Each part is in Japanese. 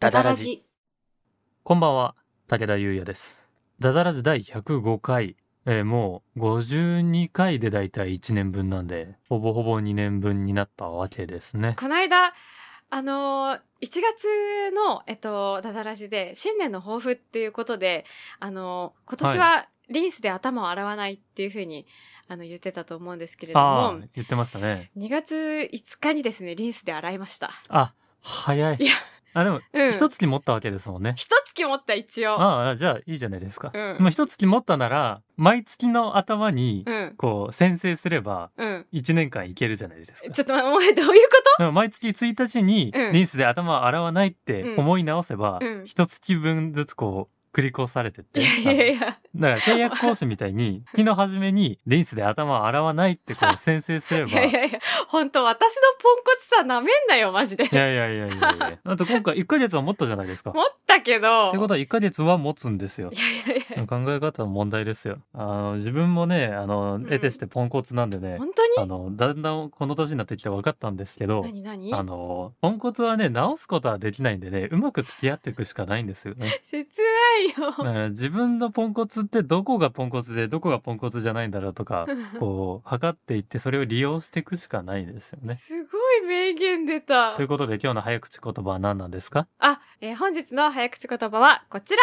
ダダラジ。こんばんは、武田優也です。ダダラジ第105回、えーもう52回でだいたい1年分なんで、ほぼほぼ2年分になったわけですね。この間あのー1月の、えっと、ダダラジで新年の抱負っていうことで、あのー今年はリンスで頭を洗わないっていうふうにあの言ってたと思うんですけれどあもあ、言ってましたね。 2月5日にですねリンスで洗いました。あ、早い。いやあ、でも、うん、一月持ったわけですもんね。一月持った一応。ああ、じゃあいいじゃないですか。う、もうん一月持ったなら、毎月の頭にう、ん、こう、宣誓すれば、うん。 1年間いけるじゃないですか。ちょっと待ってお前どういうこだから毎月1日にうんリンスで頭を洗わないって思い直せばうん一、月分ずつこう繰り越されてっとていやいやいや。だから契約講師みたいに 月の初めにリンスで頭を洗わないってこう宣誓すればいやいやいや、本当私のポンコツさ、なめんなよ、マジで。いやいやいやいやいやだって今回1ヶ月は持ったじゃないですか。っ持ったけど。てことは1ヶ月は持つんですよい。やいやいや、考え方は問題ですよ。あの自分もねあのん得てしてポンコツなんでね、本当にあのだんだんこの年になってきて分かったんですけど。何何あの、ポンコツはね、直すことはできないんでね、うまく付き合っていくしかないんですよね。 切ないだよ。から自分のポンコツってどこがポンコツで、どこがポンコツじゃないんだろう とか、こう、測っていって、それを利用していくしかないですよね。すごい名言出たとい。うことで、今日の早口言葉は何なんですかあ、えー本日の早口言葉はこちら。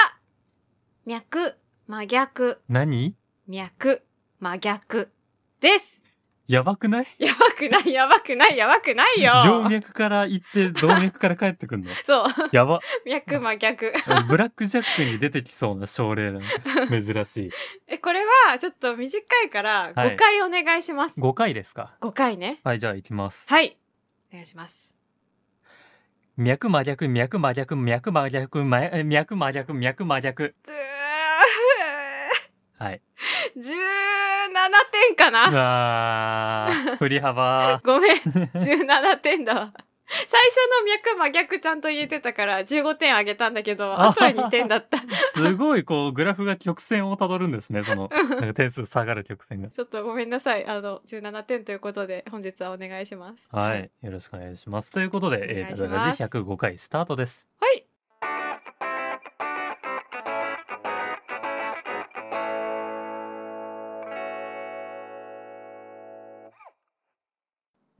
脈、真逆、何脈、真逆です。 やばくないやばくない、やばくない、やばくないよ。静脈から行って、動脈から帰って くんのそう、やば。脈、真逆。 ブラックジャックに出てきそうな症例なの。珍し い。え、これはちょっと短いからは5い回お願いします。 5回ですか5回ね。はい、じゃあ行きます。はい。お願いします。 脈真逆、脈真逆、脈真逆、まえ脈真逆、脈真逆。ずはい。ー、17点かうなわー、振り幅。ごめん、17点だわ。最初の脈真逆ちゃんと言えてたから15点あげたんだけど、あとは2点だった。ちすごい、こう、グラフが曲線をたどるんですね、その、なんか点数下がる曲線が。ょっとごめんなさい。あの、17点ということで、本日はお願いします。はい。。よろしくお願いします。ということで、えお願ー、いしますダダラジ105回スタートです。はい。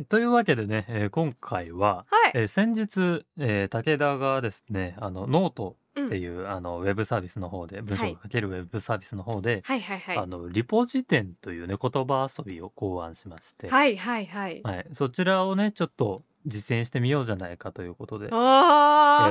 というわけでね、えー今回は、はい。えー先日、えー武田がですね、あの、ノートうんっていう、あの、ウェブサービスの方で、文章が書けるウェブサービスの方で、はいはいはあの、リポ辞典というね、言葉遊びを考案しまして、い。はいはいはい。はい、そちらをねちょっと実践してみようじゃないかということで、えー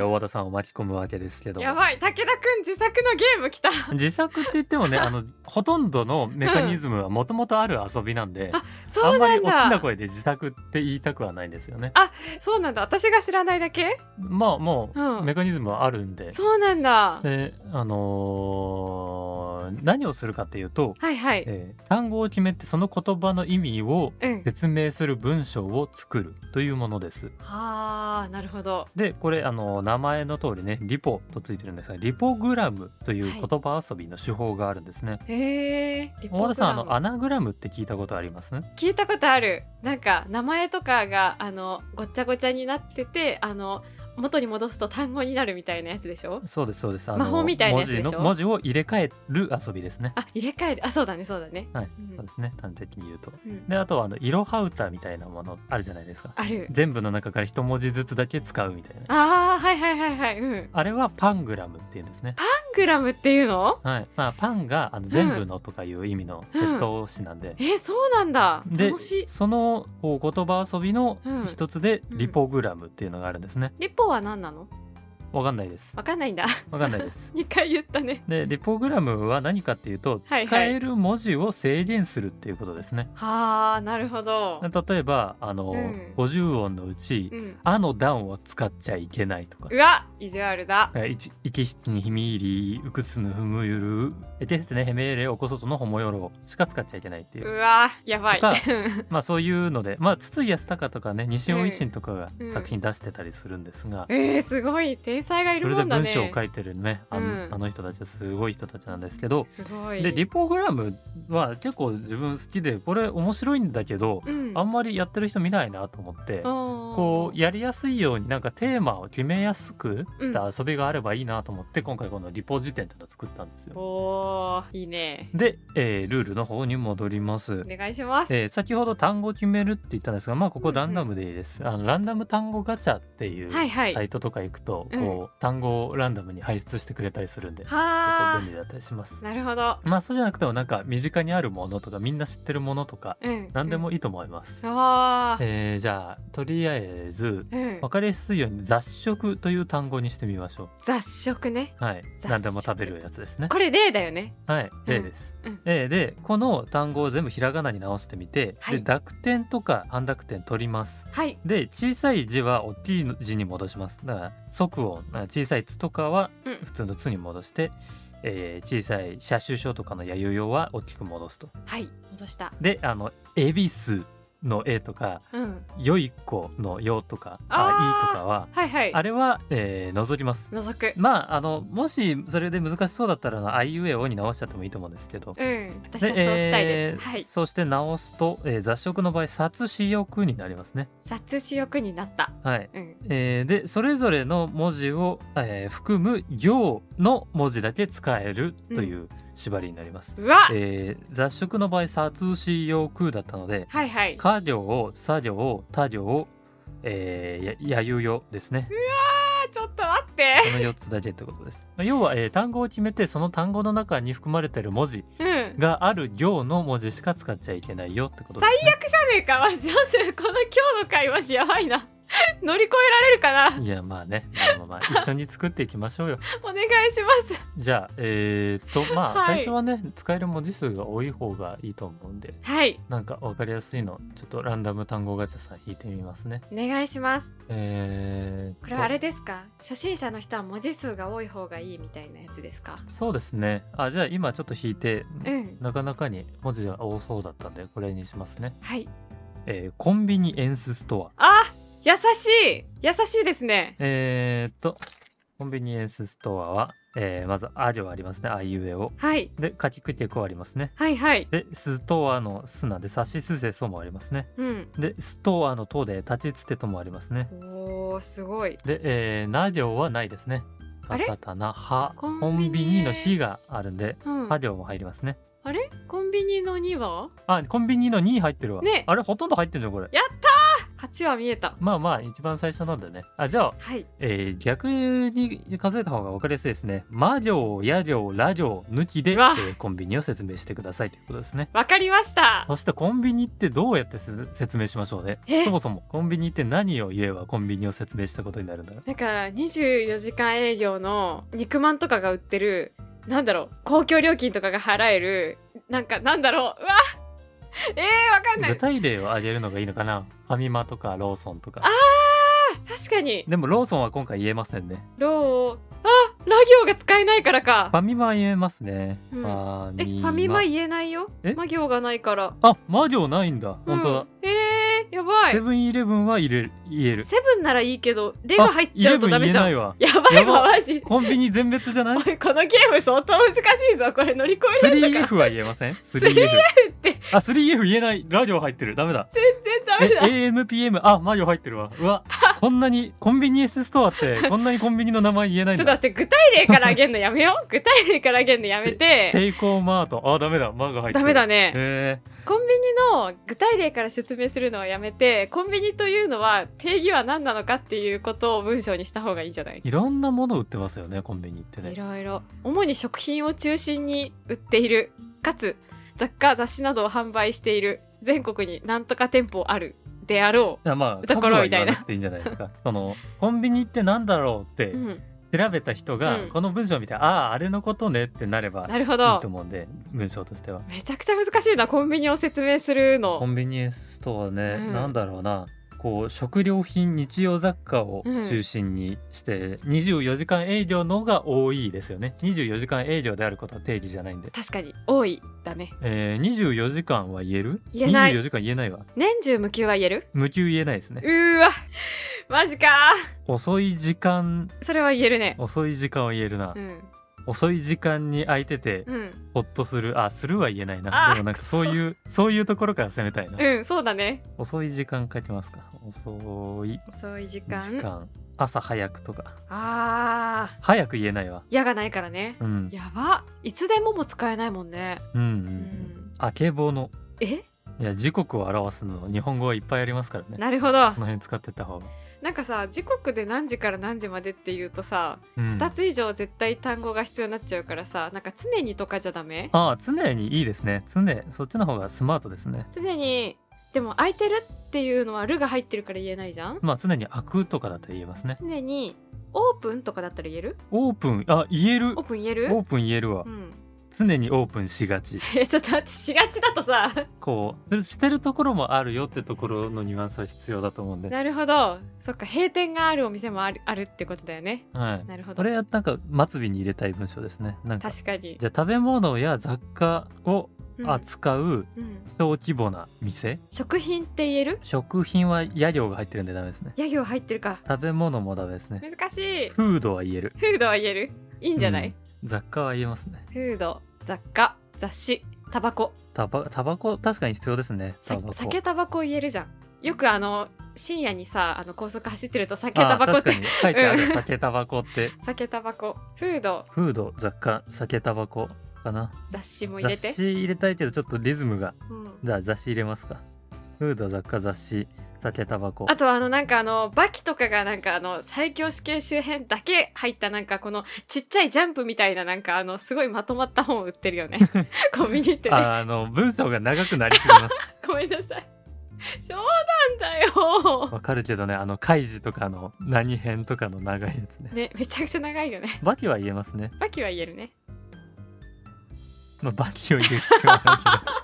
お大和田さんを巻き込むわけですけどー。もやばい。武田くん自作のゲーム来た。自作って言って もねあのほとんどのメカニズムはもともとある遊びなんで、あそうんまなりん大きなだ。声で自作って言いたくはないんですよね。そうなんだ。私が知らないだけまあもう、うんメカニズムはあるんでそうなんだ。で、あのー何をするかっていうと、はいはい。えー単語を決めてその言葉の意味をうん。説明する文章を作るというものです。はあ、なるほど。でこれあの名前の通りねリポとついてるんですがリポグラムという言葉遊びの手法があるんですね。へえ。リポ大和田さんあグラムのアナグラムって聞いたことあります聞いたことあるなんか名前とかがあのごっちゃごちゃになっててあの元に戻すと単語になるみたいなやつでしょそうですそうです。あの魔法みたいなやつでしょ文字の文字を入れ替える遊びですね。あ入れ替えるあそうだねそうだねはい、うんそうですね端的に言うと。うんであとはあのイロハウタみたいなものあるじゃないですか。ある全部の中から一文字ずつだけ使うみたいな。あーはいはいはいはいうんあれはパングラムっていうんですね。パングラムっていうのはいまあ、パンがあの全部のとかいう意味のヘッド詞なんで、えそうなんだで楽しいそのこう言葉遊びのうん一つでうんリポグラムっていうのがあるんですね。リポは何なのわかんないです。わかんないんだ わかんないです。二回言ったねでリポグラムは何かっていうとはいはい使える文字を制限するっていうことですね。はあなるほど例えばあの、うん50音のうち「うんあ」の段を使っちゃいけないとか。うわ意地悪だえーいち生き質にひみ入り、うくつぬふむゆる、えてすねへめれおこそとのほもよろしか使っちゃいけないっていうう、わやばいとかまあそういうので、まあ筒井康隆とかね、西尾維新とかがうん作品出してたりするんですが、 えー、すごい天才がいそるれでもんだ文ね章を書いてるねあの,、うんあの人たちはすごい人たちなんですけどすごいでリポグラムは結構自分好きでこれ面白いんだけど、うんあんまりやってる人見ないなと思って、こうやりやすいようになんかテーマを決めやすくした遊びがあればいいなと思って、今回このリポ辞典っていうのを作ったんですよ。おーいいねで、えールールの方に戻りまお。す願いします、えー先ほど単語決めるって言ったんですが、まあ、こうんうこんランダムでいいです、あのランダム単語ガチャっていうはいはいサイトとか行くと、うんこう単語をランダムに排出してくれたりするんで結構は便利だったりしますあ。なるほどまあそうじゃなくてもなんか身近にあるものとかみんな知ってるものとかうん何でもいいと思います。あーえーじゃあとりあえずうん分かりやすいように雑食という単語にしてみましょ雑食ねう。はい、雑食何でも食べるやつですね。これ例だよねはい、うん A です。うん A でこの単語を全部ひらがなに直してみて、はいで濁点とか半濁点取ります。はいで小さい字は大きい字に戻します。だから即音小さい「つ」とかはうん普通の「つ」に戻して、えー小さい車種書とかのやゆ用は大きく戻すと。はい戻したであの「恵比寿」の「え」とかうん「よい子」の「よ」とか「ああーい」とかははいはいあれは、えー除ります。覗くまああのもしそれで難しそうだったらあの「あいうえお」に直しちゃってもいいと思うんですけど。うん私はそうしたいです、えーはいそして直すと、えー雑食の場合殺死欲になりますね。殺し欲になったはいうんえーでそれぞれの文字を、えー含む行の文字だけ使えるという縛りになります。うわ、えー雑食の場合殺死欲だったのではいはい家業を作業を他業を、えー、ややゆよですね。あーちょっと待ってこの4つだけってことです。要は、えー単語を決めてその単語の中に含まれてる文字うんがある行の文字しか使っちゃいけないよってことです、ね。役者ねえかマジどうするこの今日の会話しやばいな 乗り越えられるかないやまあね、まあまあまあ一緒に作っていきましょうよ。お願いしますじゃあえー、っとまあ、はい最初はね使える文字数が多い方がいいと思うんではいなんか分かりやすいのちょっとランダム単語ガチャさん引いてみますね。お願いしますえーっと、これはあれですか初心者の人は文字数が多い方がいいみたいなやつですかそうですね。あじゃあ今ちょっと引いて、うんなかなかに文字が多そうだったんでこれにしますね。はいえーコンビニエンスストア。あ優しい優しいですねえーっと、コンビニエンスストアは、えーまず、あ行ありますね。あいうえお。はいで、かきくけこありますね。はいはいで、ストアのすなんで、さしすせそもありますね。うんで、ストアのとで、立ちつてともありますね。おーすごいで、えー、な行はないですね。あかれさたな、は、ココンンビニビニの日があるんで、うんは行も入りますね。あれコンビニの2はあ、コンビニの2入ってるわ。ねあれ、ほとんど入ってるじゃん、これ。やったー勝ちは見えたまあまあ、一番最初なんだよね。あ、じゃあ、はいえー逆に数えた方が分かりやすいですね。魔行、野行、ラ行抜きで、えうわーコンビニを説明してくださいということですね。わかりましたそしてコンビニってどうやってせ説明しましょうねえ。そもそもコンビニって何を言えばコンビニを説明したことになるんだろう。なんか24時間営業の肉まんとかが売ってるなんだろう公共料金とかが払えるなんかなんだろううわえー、わかんない具体例を挙げるのがいいのかなファミマとかローソンとかあ。確かにでもローソンは今回言えませんね。ローあラ行が使えないからフかァミマは言えますね。うんファえフミマ。ァミマ言えないよえ魔行がないからあ、魔行ないんだ。本当だ。うんえー、やばいセブンイレブンは入れる言える。セブンならいいけどレが入っちゃうとダメじゃあイんレブン言えないやわ。ばいやばわマジコンビニ全滅じ ゃないおいこのゲーム相当難しいぞこれ乗り越えられたか 3F は言えません 3F 3F ってあ 3F 言えないラジオ入ってるダメだ全然ダえメだ AMPM あマリオ入ってるわ うわこんなにコンビニエンスストアってこんなにコンビニの名前言えないんちょっとだ待って具体例からあげんのやめよう 具体例からあげんのやめてセイコーマートあダメだマが入ってるダメだねねえコンビニの具体例から説明するのはやめてコンビニというのは定義は何なのかっていうことを文章にした方がいいんじゃないー、いろんなもの売ってますよねコンビニっていねろいろ主に食品を中心に売っているかつ雑貨雑誌などを販売している全国に何とか店舗あるであろいやまあところ数はみたいな言わなくていいんじゃないで すかそのコンビニってなんだろうってう、うん、調べた人が、うんこの文章を見てあああれのことねってなればいなるほいどと思うんで文章としてはめちゃくちゃ難しいなコンビニを説明するコのンビニエンスストアね、うんなんだろうなこう食料品日用雑貨をうん中心にして、24時間営業のが多いですよね24時間営業であることは定義じゃないんで、確かに多いだねえー、24時間は言える言えない24時間言えないわ年中無休は言える無給言えないですねうーわマジか遅い時間それは言えるね遅い時間は言えるな、うん遅い時間に空いててうん、ほっとするあするは言えないなあでもなんかそういうそういうところから攻めたいなうん、そうだね。遅い時間書いてますか遅い遅い時時間。間朝早くとかああ、早く言えないわ矢がないからね。うんやば。いつでもも使えないもんね。うんううんん、あけぼのえ、 いや時刻を表すの日本語はいっぱいありますからねなるほどこ。の辺使ってった方がなんかさ、時刻で何時から何時までっていうとさ、うん2つ以上絶対単語が必要になっちゃうからさ、なんか常にとかじゃダメああ常にいいですね常そっちの方がスマートですね常に、でも空いてるっていうのはるが入ってるから言えないじゃんまあ常に開くとかだったら言えますね常にオープンとかだったら言えるオープンあ言えるオープン言えるオープン言えるわうん。常にオープンしがちえ、ちょっと待って、しがちだとさ、こうしてるところもあるよってところのニュアンスは必要だと思うんで、なるほど。そっか、閉店があるお店もあるあるってことだよね。はい、なるほど。これはなんか末尾に入れたい文章ですねなんか確かに。じゃあ食べ物や雑貨をうん扱ううん小規模な店、食品って言える食品は野料が入ってるんでダメですねや行入ってるか。食べ物もダメですね難しい。フードは言えるフードは言えるいいんじゃない、うん雑貨は言えますねフード、雑貨、雑誌、タバコ。タバタバコ確かに必要ですねさタバコ酒タバコ言えるじゃん。よくあの、深夜にさ、あの高速走ってると酒あタバコっ確かて。に書いてあるうん酒タバコって 酒タバコ。フード、フード雑貨酒タバコかな雑誌も入れ雑て。誌入れたいけどちょっとリズムがうんじゃあ雑誌入れますかフード雑貨雑誌酒タバコあとあのなんかあのバキとかがなんかあの最強死刑周辺だけ入ったなんかこのちっちゃいジャンプみたいななんかあのすごいまとまった本を売ってるよ ねコンビニってねああの文章が長くなりすぎます ごめんなさい冗談だ よわかるけどねあの開示とかの何編とかの長いやつ ねねめちゃくちゃ長いよねバキは言えますね、バキは言えるねまあ、バキを言う必要はないけ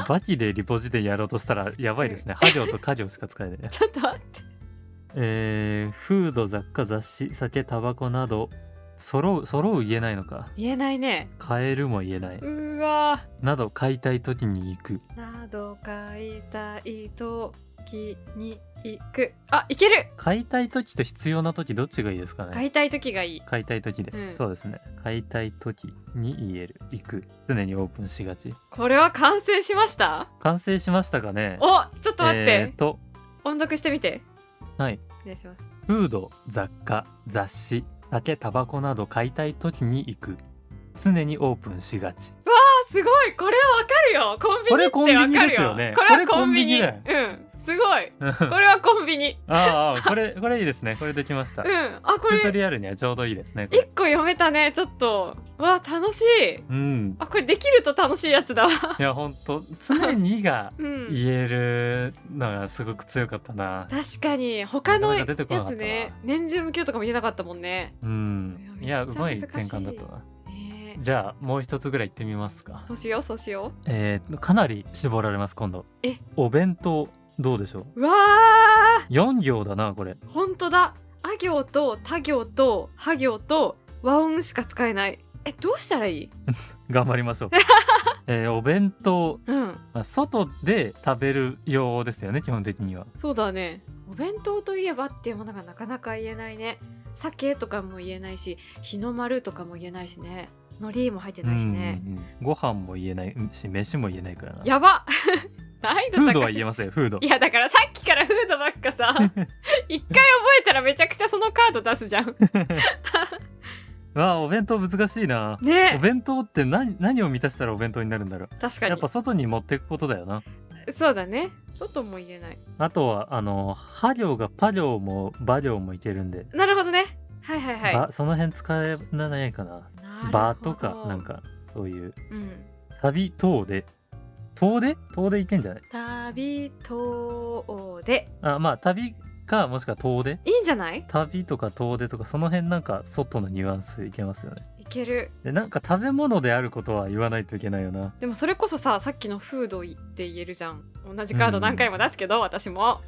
どバキでリポ辞典やろうとしたらやばいですねハ行と家行しか使えないちょっと待ってえー、フード雑貨雑誌酒タバコなど揃う揃う言えないのか言えないね買えるも言えないうーわなど買いたい時に行くなど買いたいときに行くあいける買いたい時と必要な時どっちがいいですかね、買いたい時がいい買いたい時で、うんそうですね買いたい時に言える行く常にオープンしがちこれは完成しました完成しましたかねおちょっと待って、えー、と音読してみてはいお願いしますフード雑貨雑誌酒タバコなど買いたい時に行く常にオープンしがちあすごいこれはわかるよコンビニってこれコンわビかニるですよよねこれはコンビニこれコンビうんすごい あこれはコンビニああこれこれいいですねこれできましたうんあこチュートれリアルにはちょうどいいですねこ一れ個読めたねちょっとわあ楽しいうんあこれできると楽しいやつだわ いやほんと常にがうん言えるのがすごく強かったな確かに他のなやかなか出てこなかっつたなね年中無休とかも言えなかったもんねうんいいややめうっちゃま難いしい転換だったなねえじゃあもう一つぐらい行ってみますかそうしようそうしよえー、かなり絞られます今度えお弁当どうでしょうううわ4行だなこれーほんとだあ行と他行とは行と和音しか使えないえどうしたらいい頑張りましょ う、えーお弁当、うんまあ、外で食べる用ですよね基本的にはそうだねお弁当といえばっていうものがなかなか言えないね鮭とかも言えないし日の丸とかも言えないしね海苔も入ってないしね、うんうんうんご飯も言えないし飯も言えないからなやば 難易度フ高ーすドは言えませんフードいやだからさっきからフードばっか さ一回覚えたらめちゃくちゃそのカード出すじゃんわあお弁当難しいな、おね弁当って何何を満たしたらお弁当になるんだろう確かやにっぱ外に持っていくことだよなそうだね外も言えないあとはあの「は行」が「パ行」も「ば行」もいけるんで、なるほどねはいはいはいばその辺使えないかななるほ「どば」とかなんかそういううん「旅」「遠で」「遠で」「遠で」いけんじゃない旅とであまあ旅かもしくは「遠で」いいんじゃない旅とか遠出とかその辺なんか外のニュアンスいけますよねいけるでなんか食べ物であることは言わないといけないよなでもそれこそささっきのフードって言えるじゃん同じカード何回も出すけど、私 も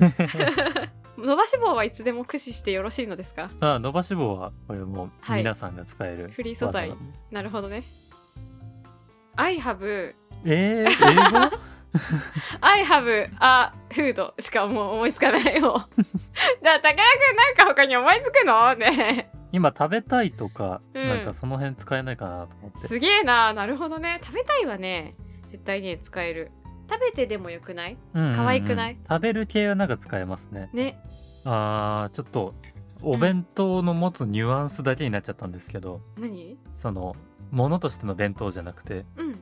伸ばし棒はいつでも駆使してよろしいのですかあ伸ばし棒はこれもうはい皆さんが使える、フリー素材技なんでなるほどね I have えー、英語 I have a food しかもう思いつかないよだから高田くんなんか他に思いつくのねえ今食べたいとか、うんなんかその辺使えないかなと思ってすげえななるほどね食べたいはね絶対ね使える食べてでもよくないうんうんうん可愛くない食べる系はなんか使えますねねあーちょっとお弁当の持つニュアンスだけになっちゃったんですけど、何その物としての弁当じゃなくてうんうん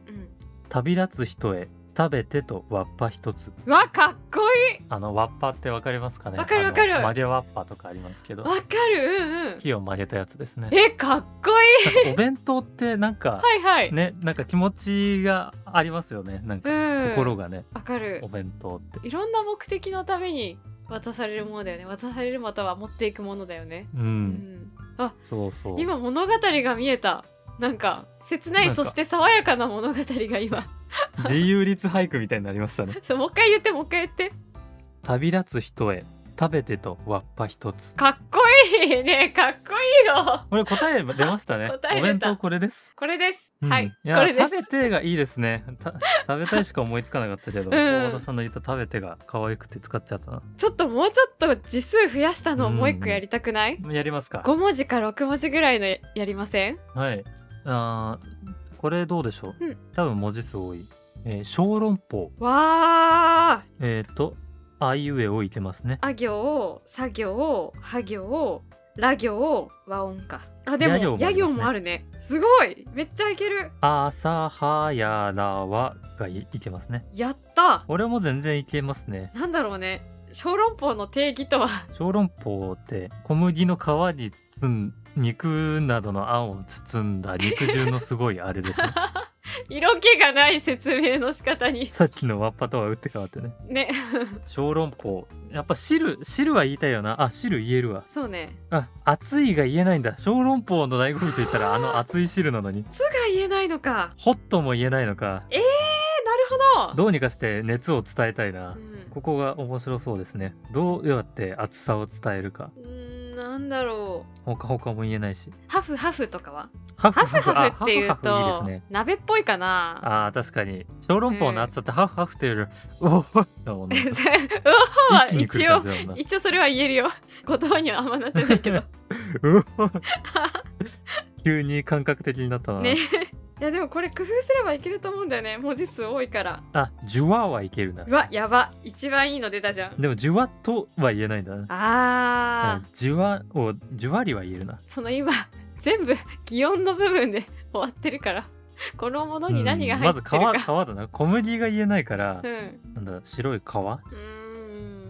旅立つ人へ食べてとわっぱ一つうわかっこいいあのわっぱってわかりますかねわかるわかるあの曲げわっぱとかありますけどわかるうんうん木を曲げたやつですねえかっこいいなんかお弁当ってなんかはいはい、ねなんか気持ちがありますよねなんかうん心がね、わかるお弁当っていろんな目的のために渡されるものだよね渡されるまたは持っていくものだよねうん、うんあそうそう今物語が見えたなんか切ないなんかそして爽やかな物語が今自由律俳句みたいになりましたねそうもう一回言ってもう一回言って旅立つ人へ食べてとわっぱ一つかっこいいねかっこいいよこれ答え出ましたね答え出たお弁当これですこれです、うんはいやこれです食べてがいいですね。た食べたいしか思いつかなかったけど、 うん大田さんの言った食べてが可愛くて使っちゃったちょっともうちょっと字数増やしたのをもう一うんう個んやりたくない、な。やりますか。 5文字か6文字ぐらいのやりませんはい。あーこれどうでしょう。うん多分文字数多い。えー小籠包。わーえっ、とあいうえをいけますね。あ行作業は行ら行和音かあでもや行もありまや行すねもあるねすごいめっちゃいける朝はやらはがいいけますね。やった俺も全然いけますね。なんだろうね小籠包の定義とは 小籠包って小麦の皮に包ん肉などのあんを包んだ肉汁のすごいあれでしょ。 色気がない説明の仕方にさっきのワッパとは打って変わってね。ね小籠包やっぱ汁汁は言いたいよなあ汁言えるわそうね あ熱いが言えないんだ小籠包の醍醐味と言ったらあの熱い汁なのに「つ」が言えないのかホットも言えないのかえなるほどどうにかして熱を伝えたいなうんここが面白そうですねどうやって熱さを伝えるかうーんなんだろうほかほかも言えないしハフハフとかはハフハフハフっていうあハフハとフいいですね鍋っぽいかな。あー確かに小籠包の熱さってハフハフっていうよりおほだもんね それうおは一気に来る一感応じだもんな 一応それは言えるよ。 言葉にはあんまなってないけど。 うお急に感覚的になったな、ね。 いやでもこれ工夫すればいけると思うんだよね。文字数多いから。あジュワはいけるなうわやば一番いいの出たじゃん。でもじゅわっとは言えないんだな。あー、じゅわをじゅわりは言えるな。その今全部擬音の部分で 終わってるから。このものに何が入ってるか。うんまず皮皮だな。小麦が言えないからう、ん。なんだ白い皮うー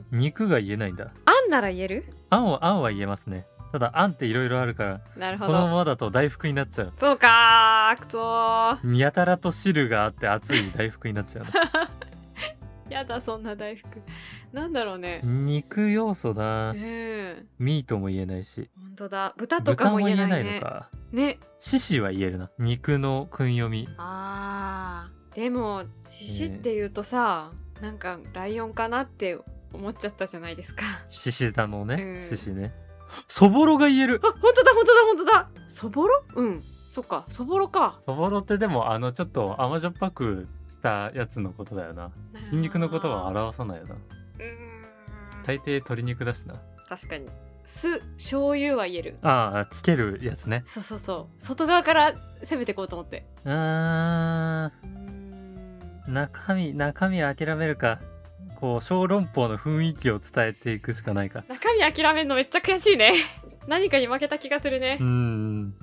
ん。肉が言えないんだ。あんなら言える？あんはあんは言えますね。ただあんっていろいろあるからなるこほのまど。まだと大福になっちゃう。そうかーくそー。やたらと汁があって熱い大福になっちゃうな。やだそんな大福なんだろうね肉要素だう。んミートも言えないし、本当だ豚とか豚もも言言ええなないいねのか。ね獅子は言えるな。肉の訓読み。あーでも獅子って言うとさ、なんかライオンかなって思っちゃったじゃない ですか獅子座のうね、ん獅子ね。そぼろが言える。あ本当だ本当だ本当だそぼろうんそっかそぼろかそぼろってでもあのちょっと甘じょっぱくしたやつのことだよな筋肉のことはる表さないよなうーん大抵鶏肉だしな確かに酢醤油は言えるああつけるやつねそうそうそう外側から攻めていこうと思ってうーんうーん中身中身諦めるかこう小籠包の雰囲気を伝えていくしかないか中身諦めんのめっちゃ悔しいね 何かに負けた気がするねうーん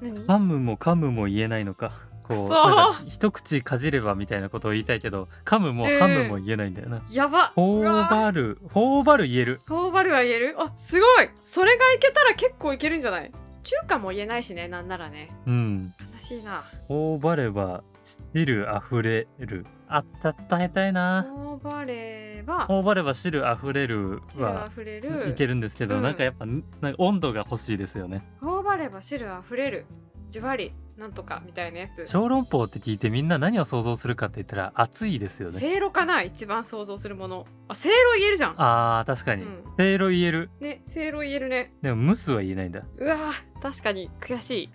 何噛むも噛むも言えないのかこくそううなんか一口かじればみたいなことを言いたいけど噛むもうんハムも言えないんだよな、やばう頬わ張る頬張る言える頬張るは言えるあすごいそれがいけたら結構いけるんじゃない中華も言えないしねなんならねうん悲しいな頬張れば汁あふれるあ伝えたいな頬張れば頬張れば汁あふれる汁あはふれいるけるんですけど、うんなんかやっぱなんか温度が欲しいですよね頬張れば汁あふれるじゅわりなんとかみたいなやつ小籠包って聞いてみんな何を想像するかって言ったら熱いですよねせいろかな一番想像するものあせいろ言えるじゃんあー確かにうんせいろ言えるねせいろ言えるねでも蒸すは言えないんだうわー確かに悔しい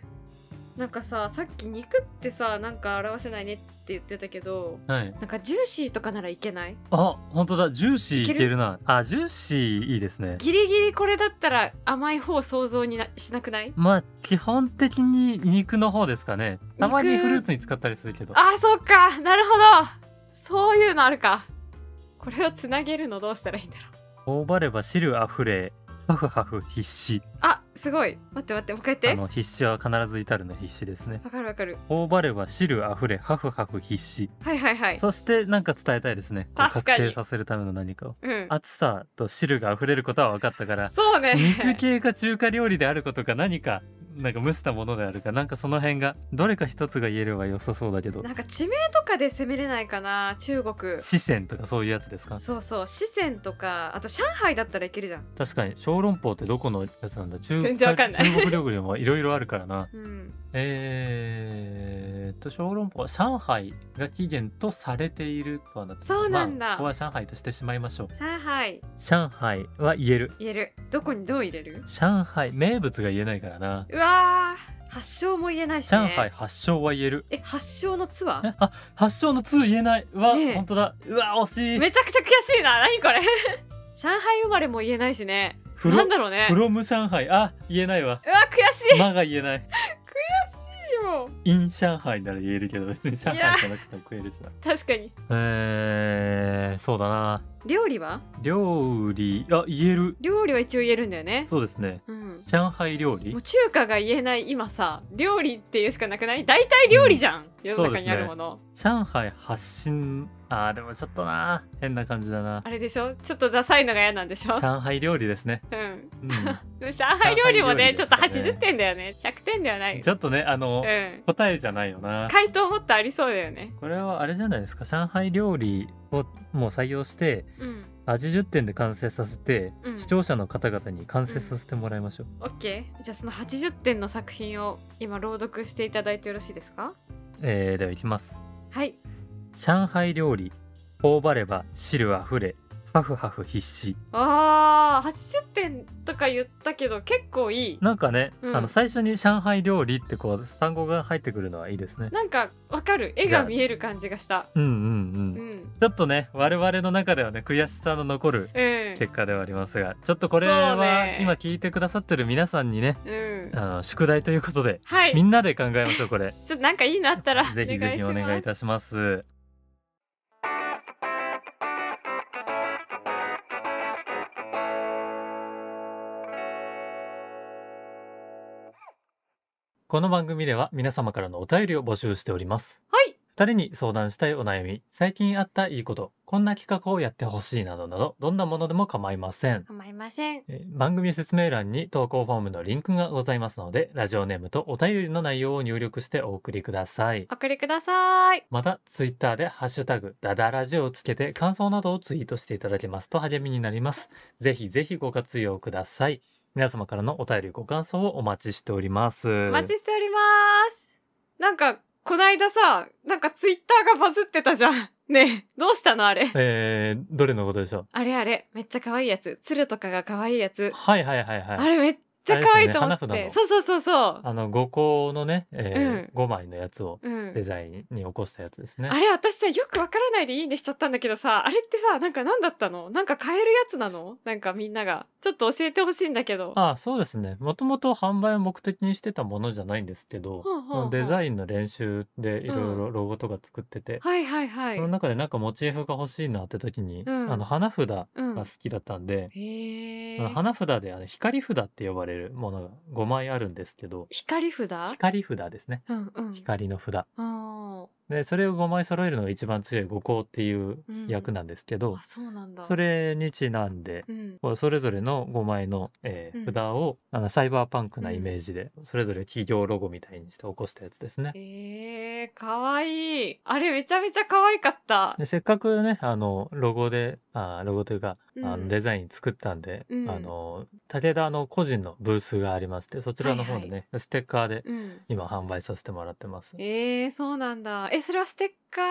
なんかささっき肉ってさなんか表せないねってって言ってたけどはい。なんかジューシーとかならいけないあ、本当だ。ジューシーいいけけるるな。あ、ジューシーいいですね。ギリギリこれだったら甘い方想像になしなくないまあ、基本的に肉の方ですかね。たまに肉フルーツに使ったりするけど。あーそっかなるほどそういうのあるかこれをつなげるのどうしたらいいんだろう頬張れば汁あふれ、ハフハフ必死。あすごい待って待ってもう一回あ言っての、必死は必ず至るの必死ですね。わかるわかる頬張れば汁あふれ、ハフハフ必死。はいはいはいそしてなんか伝えたいですね。こう確かに確定させるための何かを。うん熱さと汁が溢れることは分かったから、そうね肉系か中華料理であることか何か、なんか蒸したものであるか、なんかその辺が、どれか一つが言えれば良さそうだけど、なんか地名とかで攻めれないかな中国四川とかそういうやつですかそうそう四川とかあと上海だったらいけるじゃん確かに、小籠包ってどこのやつなんだ中全然分かんない中国料理もいろいろあるか らな。うんえーっと、小籠包は上海が起源とされているとはなってるそうなんだまあ、ここは上海としてしまいましょう。上海上海は言える。言えるどこにどう入れる上海名物が言えないからな。うわー発祥も言えないしね上海発祥は言える。え発祥のツアーえあ発祥の2言えない。うわ、ねえ本当だ。うわ惜し い。めちゃくちゃ悔しいな何これ 上海生まれも言えないしねフロなんだろうねフロム上海あ言えないわ。うわ悔しいまが言えない。よイン上海なら言えるけど別に上海じゃなくても食えるしな。確かにえー、そうだな。料理は料理あ言える。料理は一応言えるんだよねそうですね。うん上海料理もう中華が言えない今さ料理っていうしかなくない大体料理じゃん、世の中にあるもの、上海発信あーでもちょっとな変な感じだなあれでしょちょっとダサいのが嫌なんでしょ上海料理ですね、うんうでも上海料理もね上海料理ですねちょっと80点だよね100点ではないん、ちょっとねあの、うん答えじゃないよな回答もっとありそうだよねこれはあれじゃないですか上海料理をもう採用してうん味10点で完成させて、うん視聴者の方々に完成させてもらいましょう、オッケーじゃあその80点の作品を今朗読していただいてよろしいですかえー、ではいきますはい上海料理頬張れば汁あふれハフハフ必死あー80点とか言ったけど結構いいなんかね、うんあの最初に上海料理ってこう単語が入ってくるのはいいですねなんかわかる絵じゃあが見える感じがしたうんうんうんうんちょっとね我々の中ではね悔しさの残るうん結果ではありますがちょっとこれそうはね今聞いてくださってる皆さんにねうんあの宿題ということではみいんなで考えましょうこれちょっとなんかいいのあったらぜひぜひお願いいたししますこの番組では皆様からのお便りを募集しておりますますはい二人に相談したいお悩み、最近あったいいこと、こんな企画をやってほしいなどなど、どんなものでも構いません。構いませんえー番組説明欄に投稿フォームのリンクがございますので、ラジオネームとお便りの内容を入力してお送りください。お送りくださいまた、ツイッターでハッシュタグ、ダダラジオをつけて感想などをツイートしていただけますと励みになります。ぜひぜひご活用ください。皆様からのお便りご感想をお待ちしております。お待ちしておりますなんかこないださなんかツイッターがバズってたじゃんねえどうしたのあれえー、どれのことでしょあれあれめっちゃ可愛いやつ鶴とかが可愛いやつうはいはいはいはい。あれめっちゃ可愛いと思っあて、れですよね花札そうそうそうそうあの5個のね、えう5枚のやつをうんデザインに起こしたやつですね。あれ私さよくわからないでいいねしちゃったんだけどさあれってさなんか何だったのなんか買えるやつなのなんかみんながちょっと教えてほしいんだけどあそうですねもともと販売を目的にしてたものじゃないんですけど、ほうほうほうデザインの練習でいろいろロゴとか作ってて、はいはいはいその中でなんかモチーフが欲しいなって時に、うんあの花札がうん好きだったんで、へえあの花札であの光札って呼ばれるものが5枚あるんですけど光札光札ですねうんうん光の札。あでそれを5枚揃えるのが一番強い五行っていう役なんですけど、ーあそうなんだそれにちなんでうんこうそれぞれの5枚の、えーうん札をあのサイバーパンクなイメージで、それぞれ企業ロゴみたいにして起こしたやつですね。えー、かわいいあれめちゃめちゃ可愛かったでせっかくねあのロゴであーロゴというか、あうのんデザイン作ったんで、うんあの武田の個人のブースがありましてそちらの方でね、はステッカーでうん今販売させてもらってます。えー、そうなんだえそれはステッカー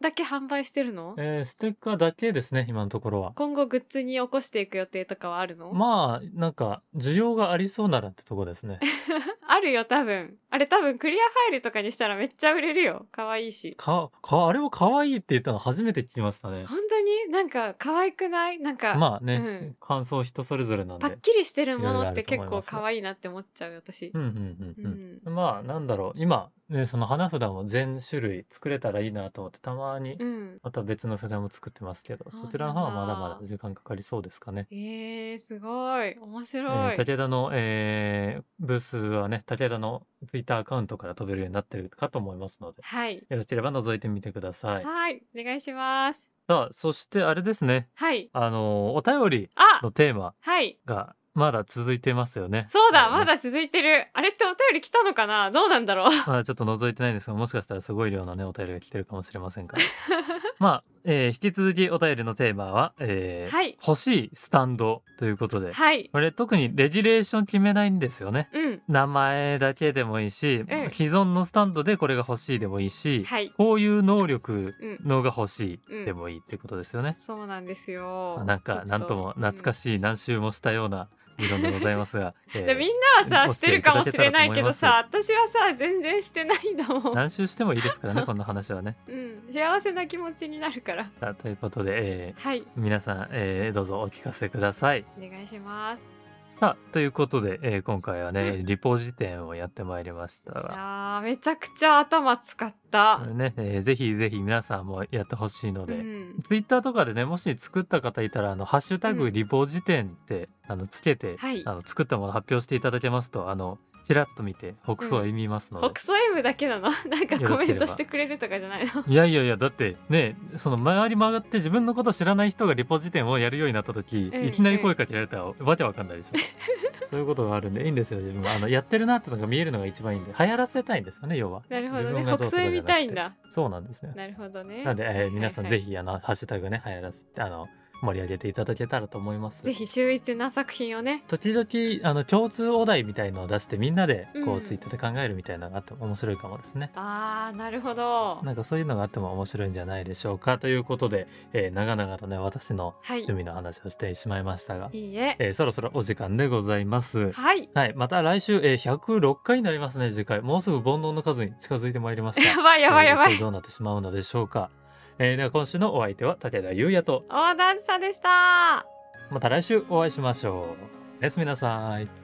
だけ販売してるのえーステッカーだけですね、今のところは。今後グッズに起こしていく予定とかはあるの、まあ、なんか、需要がありそうならってとこですね。 あるよ、多分。あれ多分クリアファイルとかにしたらめっちゃ売れるよ。可愛いし。か、か、あれを可愛いって言ったの初めて聞きましたね。本当になんか可愛くないなんか、まあね、うん感想人それぞれなんパッで。キリしてるもいろいのろあってると思結います構可愛いなって思っちゃう、私う。んうんうんううん。ん。まあ、なんだろう。今、ね、その花札も全種類作れたらいいなと思って、たまに、うん。また別の札も作ってますけど、そうなんだそちらの方はまだまだ時間かかりそうですかね。えー、すごい。面え白ーい。武田の、えーブースはね、武田のツイッターアカウントから飛べるようになってるかと思いますので、はい。よろしければ覗いてみてください。はい。お願いします。さあ、そしてあれですね。はい。あのーお便りあのテーマはい。がまだ続いてますよね。そうだ、はいまだ続いてる。あれってお便り来たのかなどうなんだろう。まだちょっと覗いてないんですが、もしかしたらすごい量のね、お便りが来てるかもしれませんから。 まあ、えー引き続きお便りのテーマは、えーはい欲しいスタンドということで、はい。これ特にレギュレーション決めないんですよね。うん。名前だけでもいいし、ん既存のスタンドでこれが欲しいでもいいし、はい。こういう能力うん。のが欲しうんいでもいいってことですよね。そうなんですよまあ。なんちょっか、なんとも懐かししい何周もしたような理論でございま すが、えーいみんなはさ、おしてるかもしれないけどおさ、私はさ、全然してないんだもん。何周してもいいですか らね、こんな話はね。うん。幸せな気持ちになるから。さあということで、えはい。ー皆さん、えーどうぞお聞かせください。お願いします。さあ、ということで、えー今回はね、うリポ辞典をやってまいりましたいが、やー、めちゃくちゃ頭使った。ね、えーぜひぜひ皆さんもやってほしいのうで、ん。ツイッターとかでねもし作った方いたらあの「ハッシュタうグんリポ辞典」って、あのつけて、はいあの作ったもの発表していただけますとあのちらっと見て北総を意味ますので、北総 M だけなの なんかよろコしければメントしてくれるとかじゃないのいやいやいやだってねその回り曲がって自分のこと知らない人がリポ辞典をやるようになった時、うんいきなり声かけられたらわけわかんないでしょ そういうことがあるんでいいんですよ自分はあのやってるなってのが見えるのが一番いいんで流行らせたいんですよね要はなるほど自ね。分がど北う総とかじゃ M なくて見たいんだ。そうなんですねなるほどね。なんで、えー皆さんぜひ。ひあのハッシュタグね流行らせてあの盛り上げていただけたらと思いますぜひ秀逸な作品をね。時々あの共通お題みたいのを出してみんなでこうんうツイッターで考えるみたいなのがあっても面白いかもですね。あー、なるほど。なんかそういうのがあっても面白いんじゃないでしょうかということで、えー長々とね私のはい。趣味の話をしてしまいましたが、いいえ。えーそろそろお時間でございます。はい。はいまた来週、えー106回になりますね次回もうすぐ煩悩の数に近づいてまいりました。やばい やばいやばえー一体い。どうなってしまうのでしょうか。えーでは今週のお相手は武田優也とオーダーズさんでした。また来週お会いしましょう。おやすみなさい。